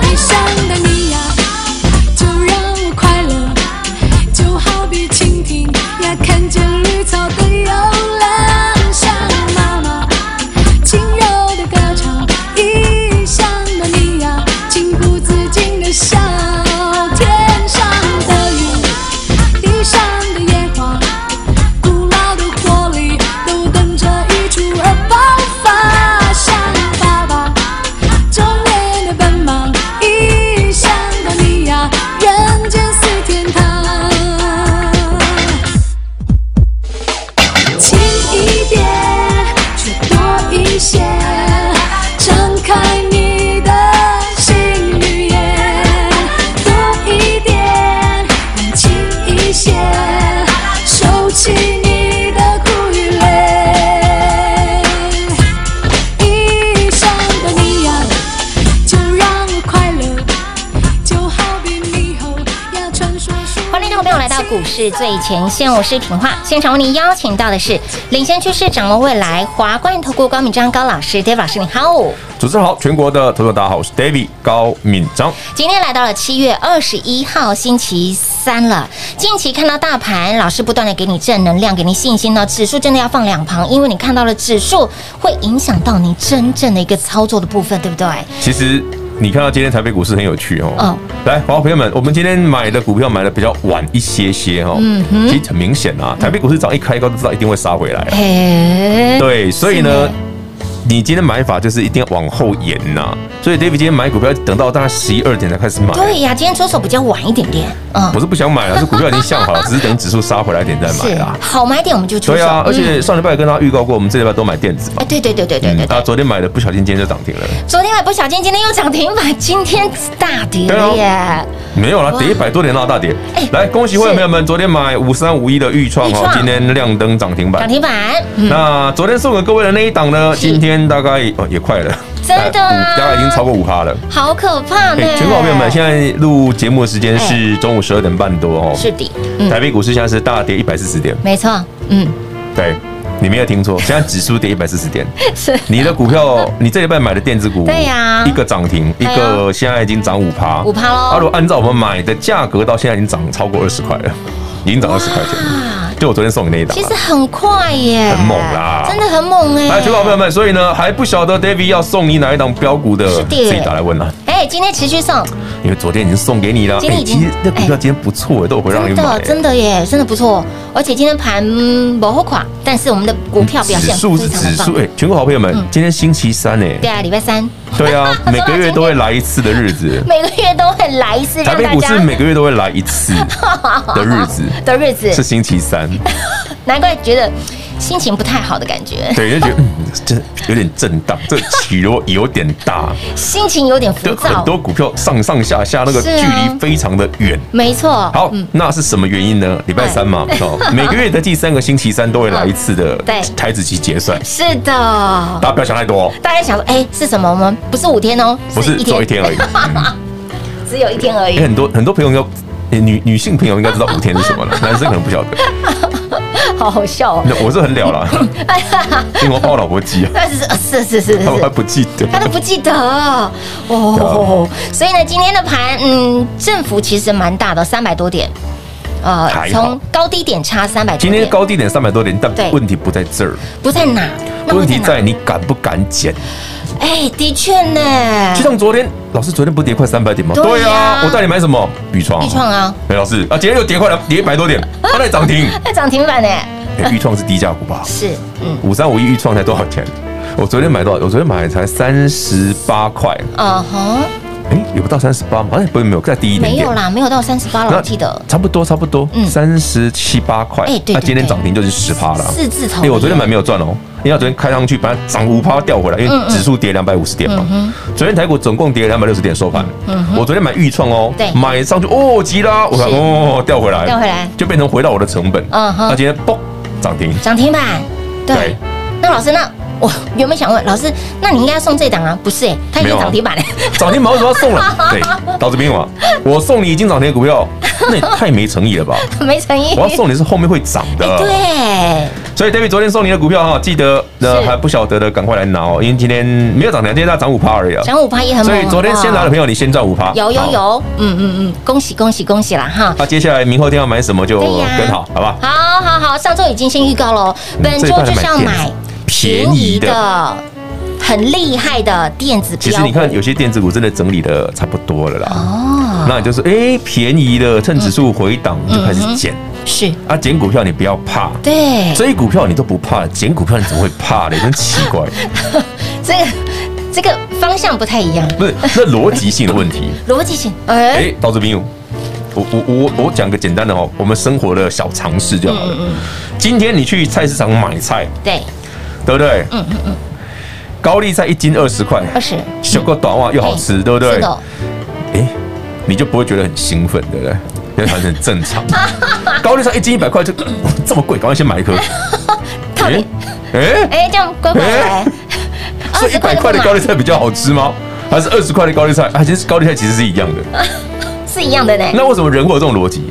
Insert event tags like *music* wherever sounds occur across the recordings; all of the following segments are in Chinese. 悲伤的你呀，就让我快乐，就好比蜻蜓呀，看见绿草的游览，像妈妈轻柔的歌唱，异乡的你呀，情不自禁的笑。天上的云，地上的野花，古老的活力都等着一触而爆发，像爸爸。中年的奔忙，异乡的你呀，人间似天堂。轻一点，却多一些，张开你的新语言。多一点，感情一些，收起你的苦与泪。异乡的你呀，就让我快乐，就好比猕猴呀穿梭树。欢迎各位朋友来到股市最前线，我是品化。现场为您邀请到的是领先趋势、掌握未来华冠投顾高敏章高老师，David 老师，你好。主持人好，全国的投资者大家好，我是 David 高敏章。今天来到了七月二十一号星期三了。近期看到大盘，老师不断的给你正能量，给你信心呢。指数真的要放两旁，因为你看到了指数会影响到你真正的一个操作的部分，对不对？其实你看到今天台北股市很有趣哦。哦来，好朋友们，我们今天买的股票买的比较晚一些些哦。嗯其实很明显啊，台北股市早一开高就知道一定会杀回来。嘿，对，所以嗯是呢呢。你今天买法就是一定要往后延呐、所以 David 今天买股票等到大概十一二点才开始买，对呀、今天出手比较晚一点点，嗯不，是不 *laughs* 想买了，是股票已经下好了，只是等指数杀回来一点再买啦。好买点我们就出手。对啊，而嗯且上礼拜跟大家预告过，我们这礼拜都买电子嘛哎，，对对对对对对嗯大家昨天买的不小心今天就涨停了。昨天买不小心，今天又涨停板，今天大跌了耶！啊没有啦，哇跌一百多点那大跌哎。来，恭喜会员是朋友们，昨天买五三五一的豫创豫哦创，今天亮灯涨停涨板。停板，嗯，那昨天送给各位的那一档呢，是今天大概哦也快了，哎嗯真的啊大概五大概已经超过五趴了。好可怕呢哎，！全国好朋友们，现在录节目的时间是中午十二点半多哦。哎是的，嗯，台北股市现在是大跌一百四十点，没错，嗯， *laughs* 对，你没有听错，现在指数跌一百四十点。是你的股票，你这礼拜买的电子股，对呀一个涨停，一对呀个现在已经涨五趴， 5%咯啊，如果按照我们买的价格，到现在已经涨超过二十块了，已经涨二十块钱了，啊，就我昨天送你那一 *laughs* 档其啊。实很快耶，很猛啦真的很猛哎！来，全国好朋友们，所以呢，还不晓得 David 要送你哪一档标股的，是自的己打来问啊，哎，今天持续送，因为昨天已经送给你了。今天已经其实那股票哎今天不错，都有回让真你买的。真的耶，真的不错，而且今天盘嗯不好垮，但是我们的股票表指现数非是常的指数，棒。哎，全国好朋友们嗯，今天星期三哎，对啊，礼拜三 *laughs* 对啊，每个月都会来一次的日子，每个月都会来一次， *laughs* 台让北大股市家每个月都会来一次的 *laughs* 日子，的日子是星期三。难怪觉得心情不太好的感觉，对，就觉得嗯，这有点震荡，这起落有点大，心情有点浮就躁很。多股票上上下下那个是距啊离非常的远。没错，嗯好，那是什么原因呢？礼拜三嘛， *laughs* 哦，每个月的第三个星期三都会来一次的嗯对台子期结算，是的。大家不要想太多哦，大家想说，哎、是什么？我们不是五天哦，不是做一天 *laughs* 而已。嗯只有一天而已 *laughs* 因为。很多很多朋友应该诶女女性朋友应该知道五天是什 *laughs* 么了，男生可能不晓得。好好笑哦。那我是很 *laughs* 了了，因为我帮我老婆记啊，但是呃是是 *laughs* 是是她还是，不记得。他都不记得哦。所以呢，今天的盘，嗯，振幅其实蛮大的，三百多点。呃还好从高低点差三百多今天点，高低点三百多点，但对问题不在这儿，不在哪？那问会题哪在你敢不敢减。哎，的确呢，就像昨天，老师昨天不跌快三百点吗？嗯对呀我带你买什么？豫创。豫创。啊，哎，老师啊，今天又跌快了，跌一百 *laughs* 多点，它在涨停。那涨停板呢？ *laughs* 哎豫创是低价股吧？是，嗯，五三五一豫创才多少钱？我昨天买多少？我昨天买才三十八块，哦吼，哎，也不到三十八嘛，哎，不是没有，再低一点没点有。啦，没有到三十八了，我记得差不多差不多嗯，三十七八块。哎对那对今天对涨停就是十趴了。四字头。哎、我昨天买没有赚哦，因为它昨天开上去，把它涨五趴掉回来，因嗯嗯嗯为指数跌两百五十点嘛。昨天台股总共跌了两百六十点收盘。我昨天买预创哦对，买上去哦，急啦，我看是哦掉回来，掉回来就变成回到我的成本。嗯哼那今天嘣涨停，涨停板，对对。那老师，那我原本想问老师，那你应该要送这档啊？不是哎，它已没经有啊涨停板了， *laughs* 涨停板为什么要送了？对，导致兵嘛，我送你已经涨停的股票，那也太没诚意 *laughs* 了吧？没诚意。我要送你是后面会涨的。哎，对，所以 David 昨天送你的股票哈，记得呃是还不晓得的赶快来拿哦，因为今天没有涨停，今天它涨五趴而已啊。涨五趴也很所猛。以昨天好不好先拿的朋友，你先赚五趴。有有好。有，嗯嗯嗯，恭喜恭喜恭喜啦哈！那接下来明后天要买什么就对呀跟好，好吧？好好好，上周已经先预告喽，嗯本周就是要买这一段买电子便宜的、很厉害的电子其标实股。你看，有些电子股真的整理的差不多了啦。哦，嗯那你就是哎、便宜的，趁指数回档你就开始减、是啊，减股票你不要怕。嗯对追股票你都不怕，减股票你怎么会 *laughs* 怕呢？真奇怪，这个这个方向不太一样，不是那逻辑性的 *laughs* 问题。逻辑性哎、哎、到这边有，我我我我讲个简单的哦，我们生活的小常识就好嗯了。今天你去菜市场买菜，对，对不对？嗯嗯嗯。高丽菜一斤二十块，二十小个短袜又好吃，对不对是？哎的，哦哎，你就不会觉得很兴奋，对不对？因为它很 *laughs* 正常。高丽菜一斤一百块就 *coughs* 这么贵，赶快先买一颗。到底哎哎、这样乖乖来哎，二是十一块百都块不的高买丽菜比较好吃吗？还是二十块的高丽菜？啊，其实高丽菜其实是一样哎的。是一样的呢。那为什么人会有这种逻辑？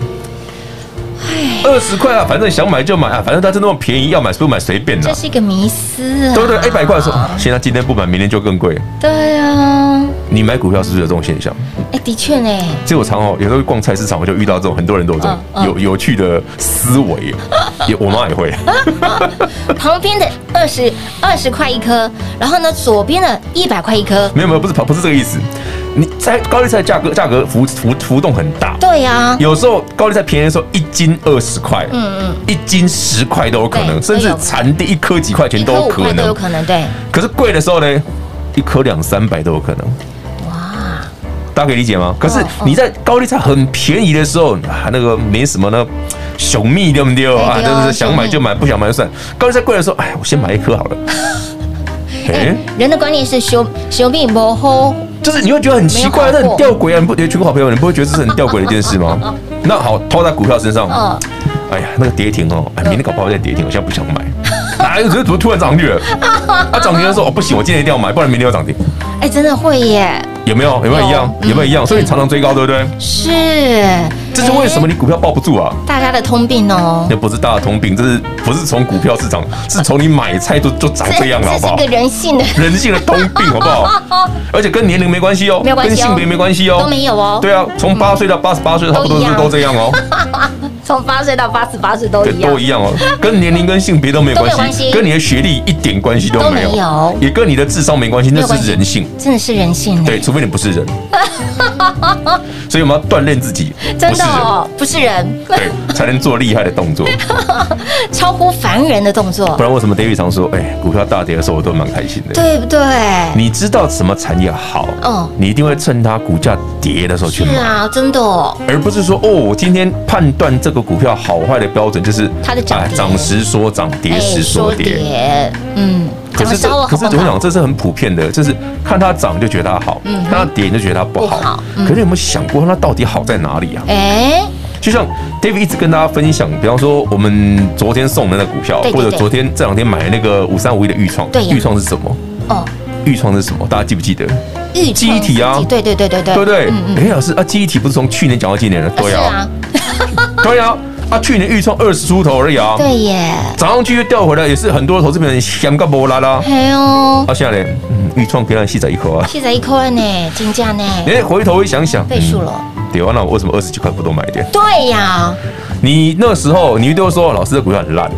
哎二十块啊，反正想买就买啊，反正它就那么便宜，要买是不买随便的、这是一个迷思啊，对不对？一百块的时候，啊现在今天不买，明天就更贵。对啊，你买股票是不是有这种现象？哎、的确呢， *laughs* 其实我常好哦有时候逛菜市场，我就遇到这种很多人都有这种嗯嗯有有趣的思 *laughs* 维，也我妈也会。旁边的二十二十块一颗，然后呢，左边的一百块一颗，没有没有，不是不是这个意思。你在高丽菜价格价格浮浮浮动很大，对啊呀、有时候高丽菜便宜的时候一斤二十块，嗯一斤十块都有可能，对甚都至有产地一颗几块嗯，钱一都颗有五块可都有能。可能，对，可是贵的时候呢，一颗两三百都有可能。哇，大家可以理解吗？可哦是你在高丽菜很便宜的时候，啊，那个没什么呢，熊蜜对不对啊？对哦就是想熊买蜜就买，不想买就算。高丽菜贵的时候，哎，我先买一颗好 *laughs* 了。哎、哎、人的观念是修修命不好，就是你会觉得很奇怪，没那有好很货吊诡啊！你不觉得全国好朋友，你不会觉得这是很吊诡的一件 *laughs* 事吗？那好，套在股票身上，嗯，哎呀，那个跌停哦，哎，明天搞不好再跌停，我现在不想 *laughs* 买。哎，这怎么突然涨停了？啊，涨停的时候哦，不行，我今天一定要买，不然明天要涨停。哎、真的会耶，有没有？有没有一样？嗯有没有一样？所以你常常追高，对不对？是，这是为什么你股票抱不住啊？哎大家的通病哦。那不是大的通病，这是不是从股票市场，是从你买菜就就长这样了，好不好这是？个人性的，人性的通病，好不 *laughs* 好？而且跟年龄没关系哦，没有关系跟哦性别没关系哦，都没有哦对啊，从八岁到八十八岁，差不都多一是样都这样哦，从八岁到八十八岁都对一样都。一样哦，跟年龄跟性别都没有都没有关关系，系跟你的学历一点关系都没都没有有，也跟你的智商没关系，没那有关系是人性。真的是人性欸对，除非你 *laughs* 不是人，所以我们要锻炼自己，哎，不真是的人，哦，不是人，对，才能做厉害的 *laughs* 动作。超乎凡人的动作不，然为什么 David 常说，哎，股票大跌的时候我都蛮开心的。对不对？你知道什么产业好，嗯你一定会趁它股价跌的时候去是买，啊，真的哦，而不是说哦，我今天判断这个股票好坏的标准就是它的涨哎跌哎涨时说涨，跌时说跌。跌，嗯，可涨是这稍微好可是不我好？想这是很普遍的，就是看它涨就觉得它好，看它跌你就觉得它不嗯不好嗯好。可是有没有想过它到底好在哪里啊？哎，就像 David 一直跟大家分享，比方说我们昨天送的那个股票对，对或者对昨天这两天买的那个五三五一的豫创对，呀豫创是什么？哦，豫创是什么？大家记不记得？预记忆体啊对对对对对，对不对嗯？嗯，哎，老师啊，记忆体不是从去年讲到今年的？对是啊，啊，对啊，啊，去年预创二十出头而已啊，对耶，涨上去又掉回来，也是很多投资人想个波拉啦。哎呦，啊，现在呢，嗯预创给人细仔一口啊，现在一块呢，金价呢，哎，回头一想想，倍数了嗯。对啊，那我为什么二十几块不多买一点？对呀，你那时候你都说老师的股票很烂，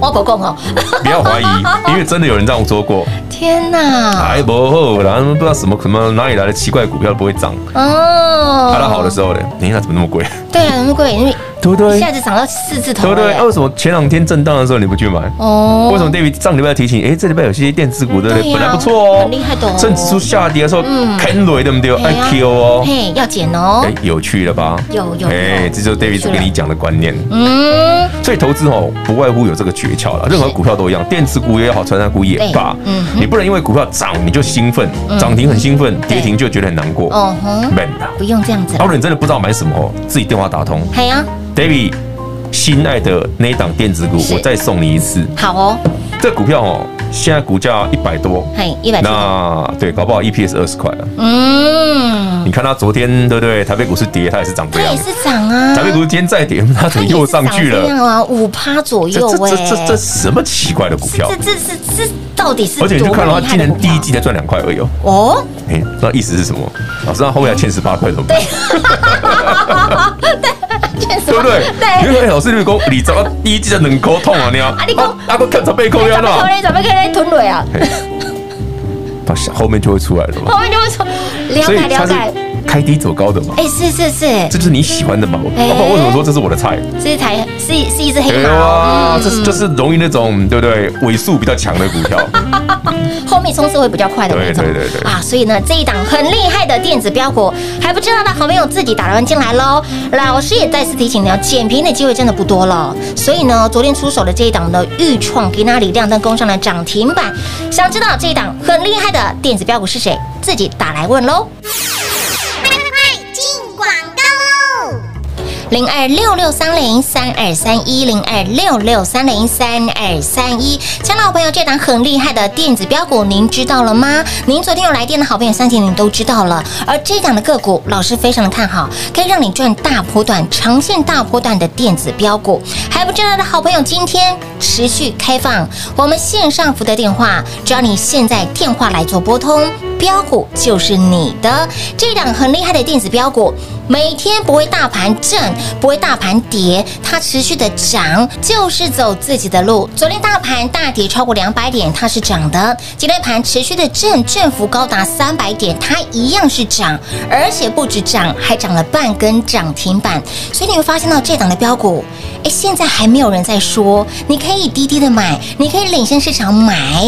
我不共哦， *laughs* 不要怀疑，因为真的有人这样说过。天哪，哎，不后啦，不知道什么什么哪里来的奇怪股票不会涨，哦，啊它到好的时候呢，你那怎么那么贵？对啊，那么贵，因为对不对一？下子涨到四字头对不了对？耶啊为什么前两天震荡的时候你不去买？哦为什么 David 上礼拜提醒？哎，这礼拜有些电子股对不对对？呀本来不错哦，很厉害的哦甚至出下跌的时候，啃雷对不对？哎爱呀 Q 哦，嘿，要减哦哎，，有趣了吧？有有哎，有这就是 David 是了跟你讲的观念。嗯，所以投资哦，不外乎有这个诀窍了。任何股票都一样，电子股也好，传染股也罢对嗯，嗯你不能因为股票涨你就兴奋，涨停很兴奋，跌停就觉得很难过。哦哼， man 的。不用这样子然了，后你真的不知道买什么哦，自己电话打通嘿呀， ，David，心爱的那一档电子股，是我再送你一次。好哦，这股票哦，现在股价一百多，嘿，一百出头，那对，搞不好 EPS 二十块了。嗯，你看它昨天对不对？台北股市跌，它也是涨这它样也子。是涨啊，台北股市今天再跌，它它怎么也又是上涨去这了？样啊，五趴左这右这哎，这这这什么奇怪的股票这？这这这到底是而且你去看多到厉它害今的年股第票一季才赚两块而已哦，哦，哎，那意思是什么？老师，那后面还欠十八块怎么办？对不对？因为老师你讲，你怎么第一季才能沟通啊？你啊啊你讲，阿哥看长辈沟对，通怎么可了，能？怎么可能吞蕊啊？把后面就会出来了嘛。后面就会说哦了所以解它了是解，开低走高的嘛，哎，是是是，这就是你喜欢的嘛。哎要不然为什么说这是我的菜？这一台是是一只黑哎马哦，哇，这是就是容易那种对不对？尾数比较强的股 *laughs* 票，后面冲刺会比较快的那种，对对对对啊，所以呢，这一档很厉害的电子标股，还不知道的好朋友自己打乱进来喽。老师也再次提醒你要捡便宜的机会真的不多了，所以呢，昨天出手的这一档呢，预创给那里亮灯攻上了涨停板。想知道这一档很厉害的电子标股是谁，自己打来问喽。零二六六三零三二三一零二六六三零三二三一。亲爱的好朋友，这档很厉害的电子标股，您知道了吗？您昨天有来电的好朋友，相信您都知道了。而这档的个股，老师非常的看好，可以让你赚大波段、长线大波段的电子标股。还不知道的好朋友，今天持续开放我们线上服的电话，只要你现在电话来做拨通。标股就是你的，这档很厉害的电子标股，每天不会大盘震，不会大盘跌，它持续的涨，就是走自己的路。昨天大盘大跌超过两百点，它是涨的；今天盘持续的震，振幅高达三百点，它一样是涨，而且不止涨，还涨了半根涨停板。所以你会发现到这档的标股，哎，现在还没有人在说，你可以低低的买，你可以领先市场买。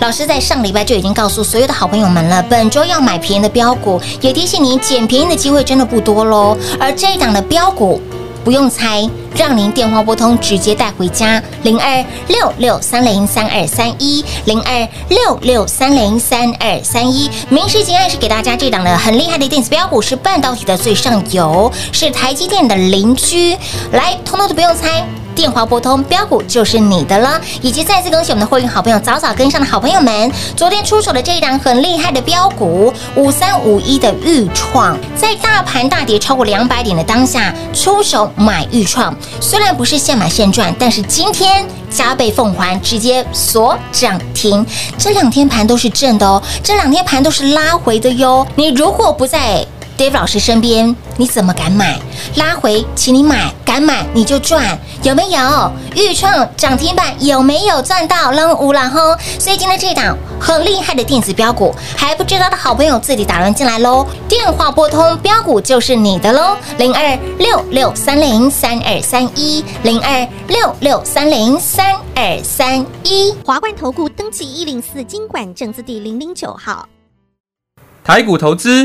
老师在上礼拜就已经告诉所有的好朋友们了，本周要买便宜的标股，也提醒你捡便宜的机会真的不多喽。而这一档的标股。不用猜，让您电话拨通，直接带回家。零二六六三零三二三一，零二六六三零三二三一。明时节暗示给大家这档的很厉害的电子标股是半导体的最上游，是台积电的邻居。来，通通都不用猜。电话拨通，标股就是你的了。以及再次恭喜我们的会员好朋友早早跟上的好朋友们，昨天出手的这一档很厉害的标股五三五一的预创，在大盘大跌超过两百点的当下出手买预创，虽然不是现买现赚，但是今天加倍奉还，直接锁涨停。这两天盘都是正的哦，这两天盘都是拉回的哟。你如果不在 Dave 老师身边，你怎么敢买？拉回，请你买，敢买你就赚，有没有？豫创涨停板有没有赚到？扔五然吼！所以今天这档很厉害的电子标股，还不知道的好朋友自己打人进来喽，电话拨通，标股就是你的喽，零二六六三零三二三一，零二六六三零三二三一。华冠投顾登记一零四经管证字第零零九号。台股投资，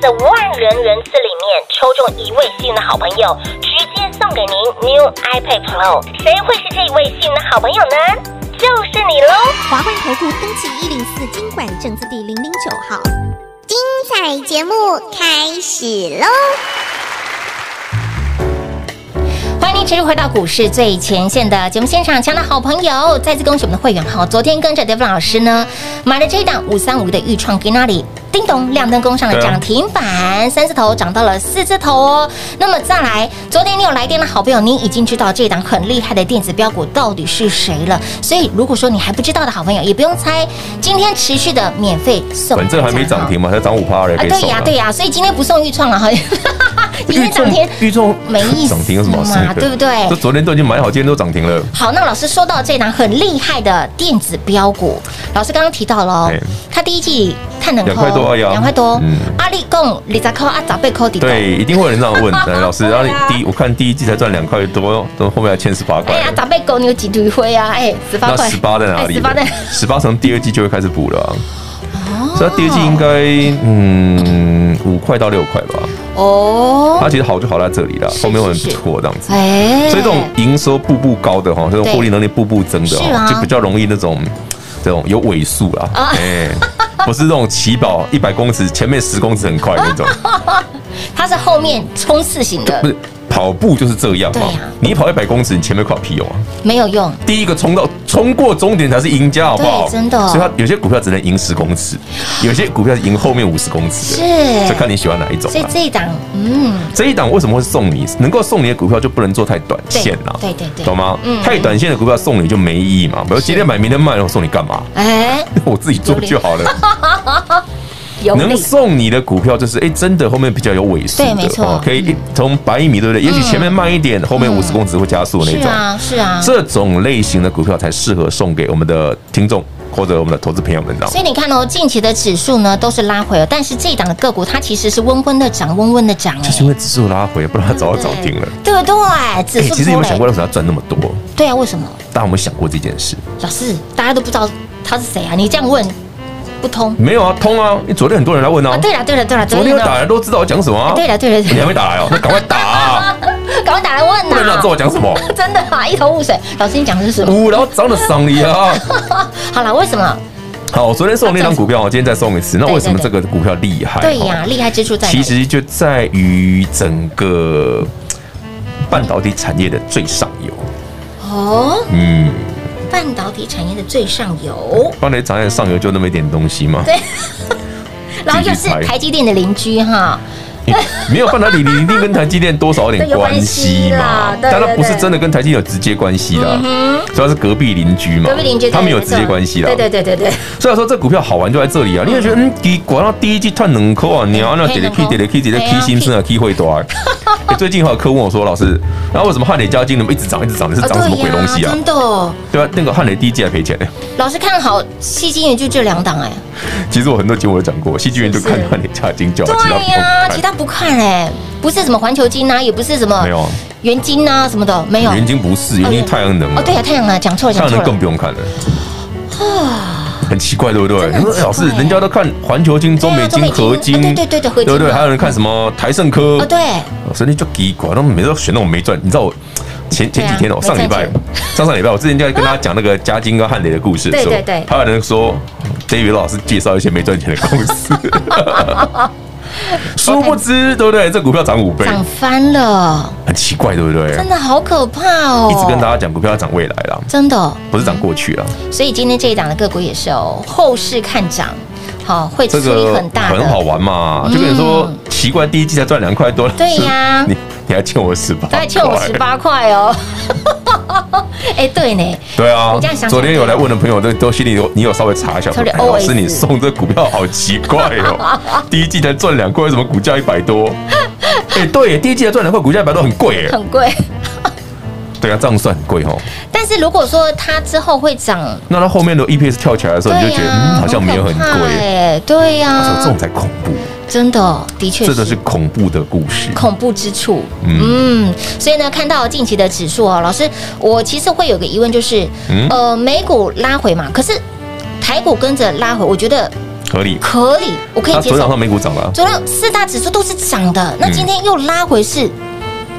这万人人次里面抽中一位幸运的好朋友，直接送给您 New iPad Pro。谁会是这一位幸运的好朋友呢？就是你喽！华冠投顾登记一零四经管证字第零零九号。精彩节目开始喽！欢迎您持续回到股市最前线的节目现场，强的好朋友，再次恭喜我们的会员好，昨天跟着 David 老师呢买了这一档五三五的预创给那里。叮咚，亮灯攻上了对啊涨停板，三字头涨到了四字头哦。那么再来，昨天你有来电的好朋友，你已经知道这档很厉害的电子标股到底是谁了。所以如果说你还不知道的好朋友，也不用猜，今天持续的免费送大家反哦。正还没涨停嘛，才涨五趴而已，啊，可以对送呀啊。对呀，所以今天不送预创了 *laughs* *laughs* 哈，今预天 *laughs* 涨中停。预中没意思涨停有什么好嘛事？对不对这昨天都已经买好，今天都涨停了。好，那老师说到这档很厉害的电子标股，老师刚刚提到了哦哎，它第一季看能两块多而已啊两块多嗯，阿里贡李扎扣阿早被扣底洞。对，一定会有人这样 *laughs* 问，哎老师，然后你第一我看第一季才赚两块多，都后面还欠十八哎块呀，。长辈狗你有几堆灰啊？哎，十八那块，十八在哪里哎十八在哦呢？十八从第二季就会开始补了啊，所以它第二季应该嗯五块到六块吧。哦，它其实好就好在这里啦，是后面会很是不是错这样子。哎，啊所以这种营收步步高的哈，这种获利能力步步增的是啊哈，就比较容易那种这种有尾数啦，哎，不是那种起跑一百公尺，前面十公尺很快 *laughs* 那种，它是后面冲刺型的不，是跑步就是这样嘛对啊。你跑一百公尺，你前面快屁用啊！没有用。第一个冲到冲过终点才是赢家，好不好？对真的所以它有些股票只能赢十公尺，有些股票赢后面五十公尺的，是就看你喜欢哪一种所以啦。这一档，嗯，这一档为什么会送你？能够送你的股票就不能做太短线啦，对对对对懂吗？嗯太短线的股票送你就没意义嘛。比如今天买，明天卖，我送你干嘛？ *laughs* 哎，我自己做就好了。 *laughs* 有能理，送你的股票就是，哎，真的后面比较有尾数的，对没错嗯哦可以一从百米，对不对？也许前面慢一点，后面五十公尺会加速那是种。啊，是啊。这种类型的股票才适合送给我们的听众或者我们的投资朋友们，知道吗所以你看哦，近期的指数呢都是拉回了，但是这一档的个股它其实是温温的涨，温温的涨、哎就是因为指数拉回，不然它早就涨停了。对不对？指哎，数其实有没拖有累想过为什么要赚那么多？对啊，为什么？大家有没有想过这件事？老师，大家都不知道他是谁啊？你这样问不通没有啊，通啊！你昨天很多人来问啊？啊，对了，对了，对了，昨天有打了，来都知道我讲什么啊？对了，对了，你对 *laughs* 还了没打来哦，那赶快打啊！赶快打来问不然哪知道呐、我讲什么？ *laughs* 真的啊，一头雾水。老师，你讲的是什么？呜，然后涨的伤 *laughs* 你啊！好了，为什么？哎好，我昨天送那张股票，我今天再送一次。那为什么对这个股票厉害？对呀、厉害之处在哪里？其实就在于整个半导体产业的最上游。哦，嗯，半导体产业的最上游，半导体产业上游就那么一点东西嘛。对然后又是自己哦拍台积电的邻居哈。 *laughs* 没有半导体，你一定跟台积电多少有点对有关关系系啦嘛，对对嗯但它不是真的跟台积电有直接关系啦，主要是隔壁邻居嘛，隔壁邻居，他们有对直接关系啦对。对对对对，虽然说这股票好玩就在这里啊，你也觉得嗯，第果然第一季赚能扣啊，你要那嘿点点两块 K 点点 K 点嘿点啊 K 心声啊，K 会多 *laughs* 啊。欸最近还有客问我说，老师，然后为什么汉磊加金怎么一直涨一直涨？你是哦涨什么鬼东西对呀啊？真的哦，对啊，那个汉磊第一季还赔钱呢。老师看好戏精也就这两档哎，其实我很多节目都讲过，戏剧院就看是不是汉磊加金就好，哦其他对不用呀，看其他不看哎，不是什么环球金呐，也不是什么没有啊，元金呐什么的，没有。原晶不是，原晶太阳能啊哦，对呀，太阳能讲错了，太讲阳错能更了。不用看了。很奇怪，对不对？真的很你说奇怪老师，人家都看环球金、对中啊美金、中美合金金，啊对对对对合金对不对？啊还有人看什么台盛科哦，，对，老师你就奇怪，他们每次都选那种没赚。你知道我前对前啊几天哦，没上礼赚拜钱、上上礼拜，我之前就在跟大家讲那个嘉金跟汉雷的故事的时候，对对对还有人说 David 老师介绍一些没赚钱的公司，殊不知，对不对？这股票涨五倍，涨翻了，很奇怪，对不对？真的好可怕哦。一直跟大家讲股票要涨未来啦，真的，不是涨过去啊啦。所以今天这一档的个股也是哦，后市看涨，好会这出力个很大的，嗯好玩嘛，就跟你说，奇怪，第一季才赚两块多，对呀是你你还欠我十八，他还欠我十。八块哦。 *laughs* 哎，对呢， *laughs* 对啊你这样想想，昨天有来问的朋友都都心里有，你有稍微查一下，差点哎老 OS 师你送这股票好奇怪 *laughs* 哦，第一季才赚两块，为什么股价一百多？哎，对，第一季才赚两块，股价一百多很贵哎，很贵。对啊，这样算很贵哦。但是如果说它之后会涨，那它后面的 EPS 跳起来的时候，你就觉对得呀嗯，好像没有很可怕贵。哎，对呀、这种才恐怖，真的，的确这个是恐怖的故事。恐怖之处。嗯，嗯，所以呢，看到近期的指数哦，老师，我其实会有个疑问，就是，嗯呃，美股拉回嘛，可是台股跟着拉回，我觉得合理。可以，我可以那接昨天晚受上。美股涨了啊，昨天四大指数都是涨的，那今天又拉回是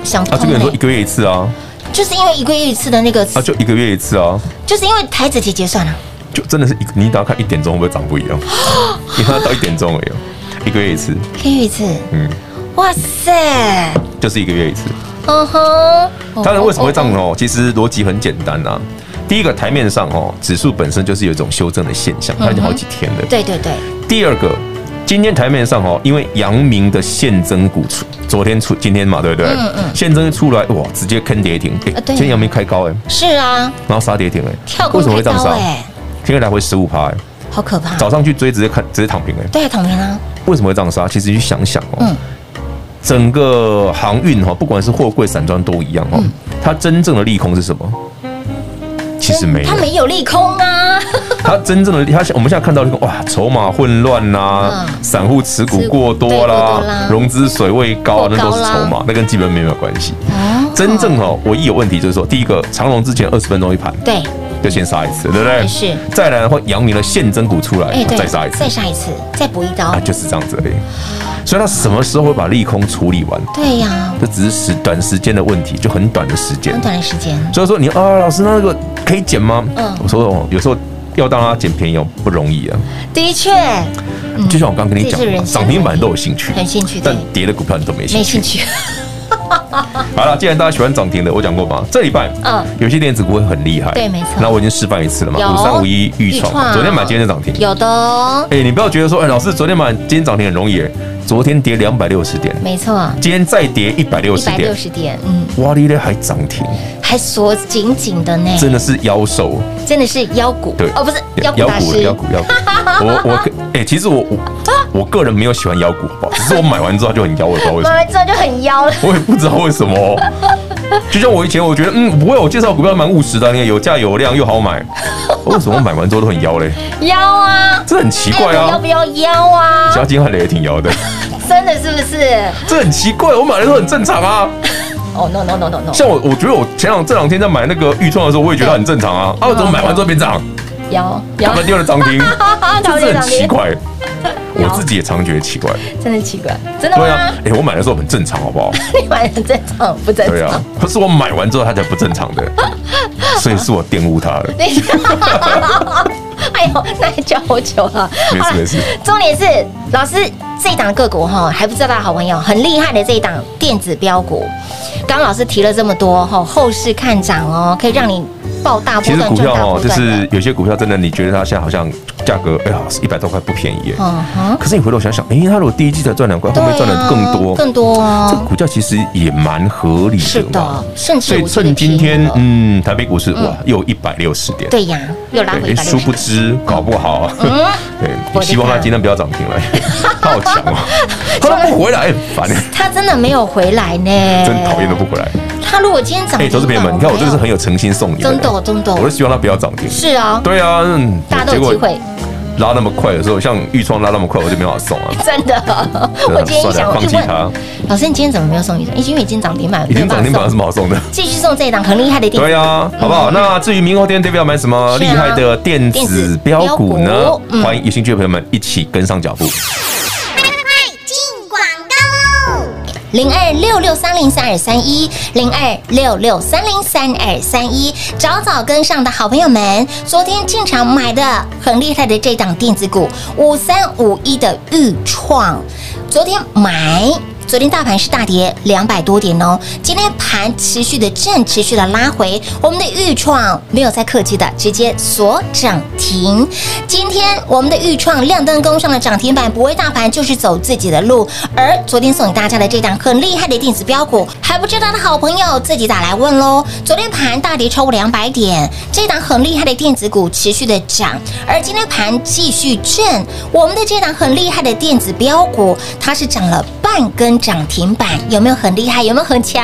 想不啊，这通个人的说一，个月一次啊，就是因为一个月一次的那个，啊，就一个月一次啊，就是因为台子期结算啊了，就真的是一个，你等下看一点钟会不会长不 *laughs* 一样？你看到一点钟而已哦，一个月一次，一个月一次，嗯，哇塞，就是一个月一次。嗯哼，哦当然，为什么会这样呢？其实逻辑很简单啊。第一个台面上哦，指数本身就是有一种修正的现嗯象，它已经好几天了。对对对，第二个，今天台面上哦，因为阳明的现增股出，昨天出，今天嘛，对不对？嗯嗯现增出来，哇，直接坑跌停。哎、啊对啊今天阳明开高哎、是啊，然后杀跌停哎、跳为空什么太会这样高杀？哎，今天来回十五趴哎，好可 *laughs* 怕，早上去追直接看直接躺平哎、对，躺平啊，为什么会这样杀？其实你去想想哦，嗯整个航运哈、哦，不管是货柜、散装都一样哦，嗯它真正的利空是什么？其实没嗯有它，没有利空啊，它真正的利它我们现在看到利空，哇，筹码混乱啦，嗯散户持股过多持股对过多啦啦，融资水位高，啊过高啦嗯那都是筹码，那跟基本面没有关系。真正哦，唯一有问题就是说，第一个长隆之前二十分钟一盘，对，就先杀一次，对不对？哎是再来的话，阳明的现增股出来哎，对，再杀一次再，杀一次，再补一刀啊，，就是这样子而已。所以它什么时候会把利空处理完？对呀，这只是时短时间的问题，就很短的时间很。短的时间，所以说你啊，老师那个可以减吗？嗯我说哦，有时候要让它减便宜哦，不容易啊。的确就像我刚刚跟你嗯讲这是人的，生涨停板都有兴趣，很兴趣对但跌的股票你都没兴没兴。趣趣，好了，既然大家喜欢涨停的，我讲过嘛，这礼拜嗯有些电子股会很厉害，对没错那我已经示范一次了嘛，有五三五一预预创创，昨天买今天就涨停。有的哦，哎，你不要觉得说，哎，老师昨天买今天涨停很容易，哎昨天跌两百六十点，没错，今天再跌一百六一十百点六，十哎点，嗯，哇哩嘞还涨停，还锁紧紧的呢，真的是妖兽。真的是腰股，嗯对哦，不是腰股大腰师，股腰股，我我 *laughs* 个哎、其实我我我个人没有喜欢腰股，好不好？只是我买完之后它就很腰，我也不知道买 *laughs* 为什么，完之后就很腰了，我也不知道为什么。就像我以前，我觉得嗯，不会，我介绍股票蛮务实的，你看有价有量又好买，为什么买完之后都很腰嘞？腰啊，这很奇哎怪要啊不！要腰啊？加金汉雷也挺腰的，真的是不是？这很奇怪，我买的时候很正常啊。哦，no no no no no，像我，我觉得我前两这两天在买那个预创的时候，我也觉得很正常啊。啊，我怎么买完之后变涨？腰他腰，们丢了涨 *laughs* 停， *laughs* 到这底很哪奇里？ *laughs* 怪。我自己也常觉得奇怪。真的奇怪，真的对啊吗？，哎、我买的时候很正常，*laughs* 好不好？你买很正常，不正对常啊。，可是我买完之后它才不正 *laughs* 常的，所以是我玷污它了。等一下， *laughs* 哎呦，那也叫好久了。没事没事好啦重点是老师这一档个股哈，还不知道大家好朋友很厉害的这一档电子标股，刚刚老师提了这么多哈，后市看涨哦，可以让你爆大其波实段股赚票大波哦，就段是的。有些股票真的，你觉得它现在好像价格，哎呀，一百多块不便宜耶。嗯哼，可是你回头想想，哎、它如果第一季才赚两块，后面赚的更多，啊更多这个哦。股价其实也蛮合理是的嘛的。，甚至所以我觉得趁今便宜天了，嗯，台北股市哇，又一百六十点。对呀，又拉回对，一哎百殊六不十。嗯知搞 *laughs* 不好，对，我希望它今天不要涨停了，它好强哦，它都不回来，哎很烦，他真的没有回来呢，真讨厌都不。回来。他如果今天涨哎，停投资朋友们，了你看我没这有是很有诚心送你们真的真的我是希望它不要涨停。是啊，对啊，嗯大家都有机会。拉那么快的时候，像玉创拉那么快，我就没法送啊。真 *laughs* 的，我今天一想，算了我就放弃它问老师，你今天怎么没有送一张？因为已经涨停板，已经涨停板有什没有办法送么好送的？继续送这一档很厉害的电对子，啊，好不好？那至于明后天对不要买什么是厉啊害的电嗯电子子标股呢标股？嗯欢迎有兴趣的朋友们一起跟上脚步。零二六六三零三二三一，零二六六三零三二三一，早早跟上的好朋友们，昨天进场买的很厉害的这档电子股五三五一的豫创，昨天买。昨天大盘是大跌两百多点哦，今天盘持续的震，持续的拉回，我们的预创没有再客气的，直接锁涨停。今天我们的预创亮灯攻上了涨停板，不为大盘就是走自己的路。而昨天送给大家的这档很厉害的电子标股，还不知道的好朋友自己打来问喽。昨天盘大跌超过两百点，这档很厉害的电子股持续的涨，而今天盘继续震，我们的这档很厉害的电子标股，它是涨了半根涨停板，有没有很厉害？有没有很强？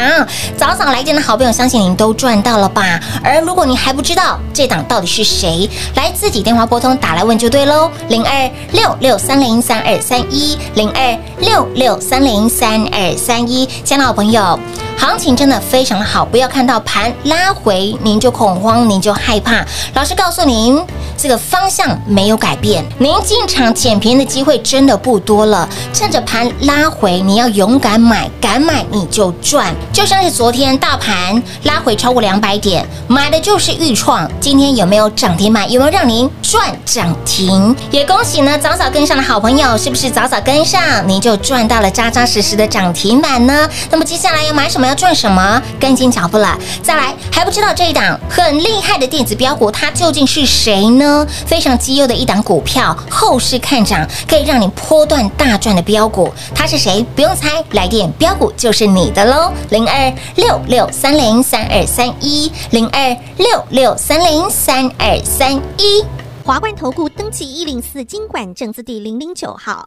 早早来电的好朋友，相信您都赚到了吧？而如果你还不知道这档到底是谁，来自己电话拨通打来问就对喽，零二六六三零三二三一零二六六三零三二三一，亲爱的好朋友。行情真的非常的好，不要看到盘拉回您就恐慌，您就害怕。老师告诉您，这个方向没有改变，您进场捡便宜的机会真的不多了。趁着盘拉回，你要勇敢买，敢买你就赚。就像是昨天大盘拉回超过两百点，买的就是豫创。今天有没有涨停板？有没有让您赚涨停？也恭喜呢，早早跟上的好朋友，是不是早早跟上，您就赚到了扎扎实实的涨停板呢？那么接下来要买什么，要赚什么，跟紧脚步了。再来，还不知道这一档很厉害的电子标股，它究竟是谁呢？非常绩优的一档股票，后市看涨，可以让你波段大赚的标股，它是谁？不用猜，来电标股就是你的喽，零二六六三零三二三一，零二六六三零三二三一。华冠投顾登记一零四经管证字第零零九号。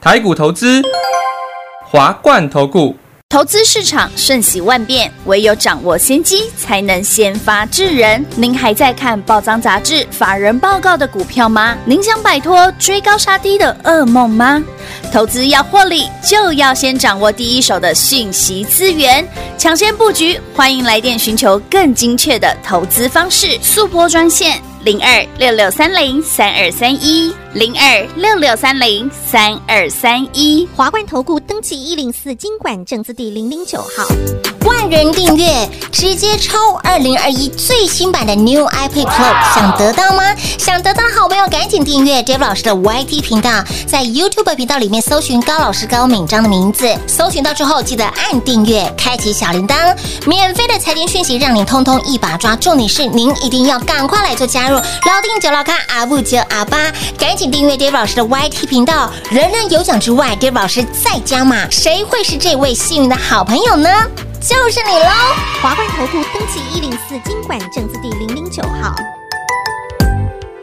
台股投资，华冠投顾。投资市场瞬息万变，唯有掌握先机，才能先发制人。您还在看报章杂志、法人报告的股票吗？您想摆脱追高杀低的噩梦吗？投资要获利，就要先掌握第一手的讯息资源，抢先布局。欢迎来电寻求更精确的投资方式，速播专线零二六六三零三二三一零二六六三零三二三一。华冠投顾登记一零四经管证字第零零九号。万人订阅，直接抽二零二一最新版的 New iPad Pro，想得到吗？想得到的好朋友赶紧订阅 Dave 老师的 YT 频道，在 YouTube 频道里面搜寻高老师高敏章的名字，搜寻到之后记得按订阅，开启小铃铛，免费的财经讯息让你通通一把抓。重点是您一定要赶快来做加入，老定九老咖阿布九阿巴，赶紧订阅 Dave 老师的 YT 频道，人人有奖之外，Dave 老师再加码，谁会是这位幸运的好朋友呢？就是你喽！华冠投顾登记一零四经管证字第零零九号。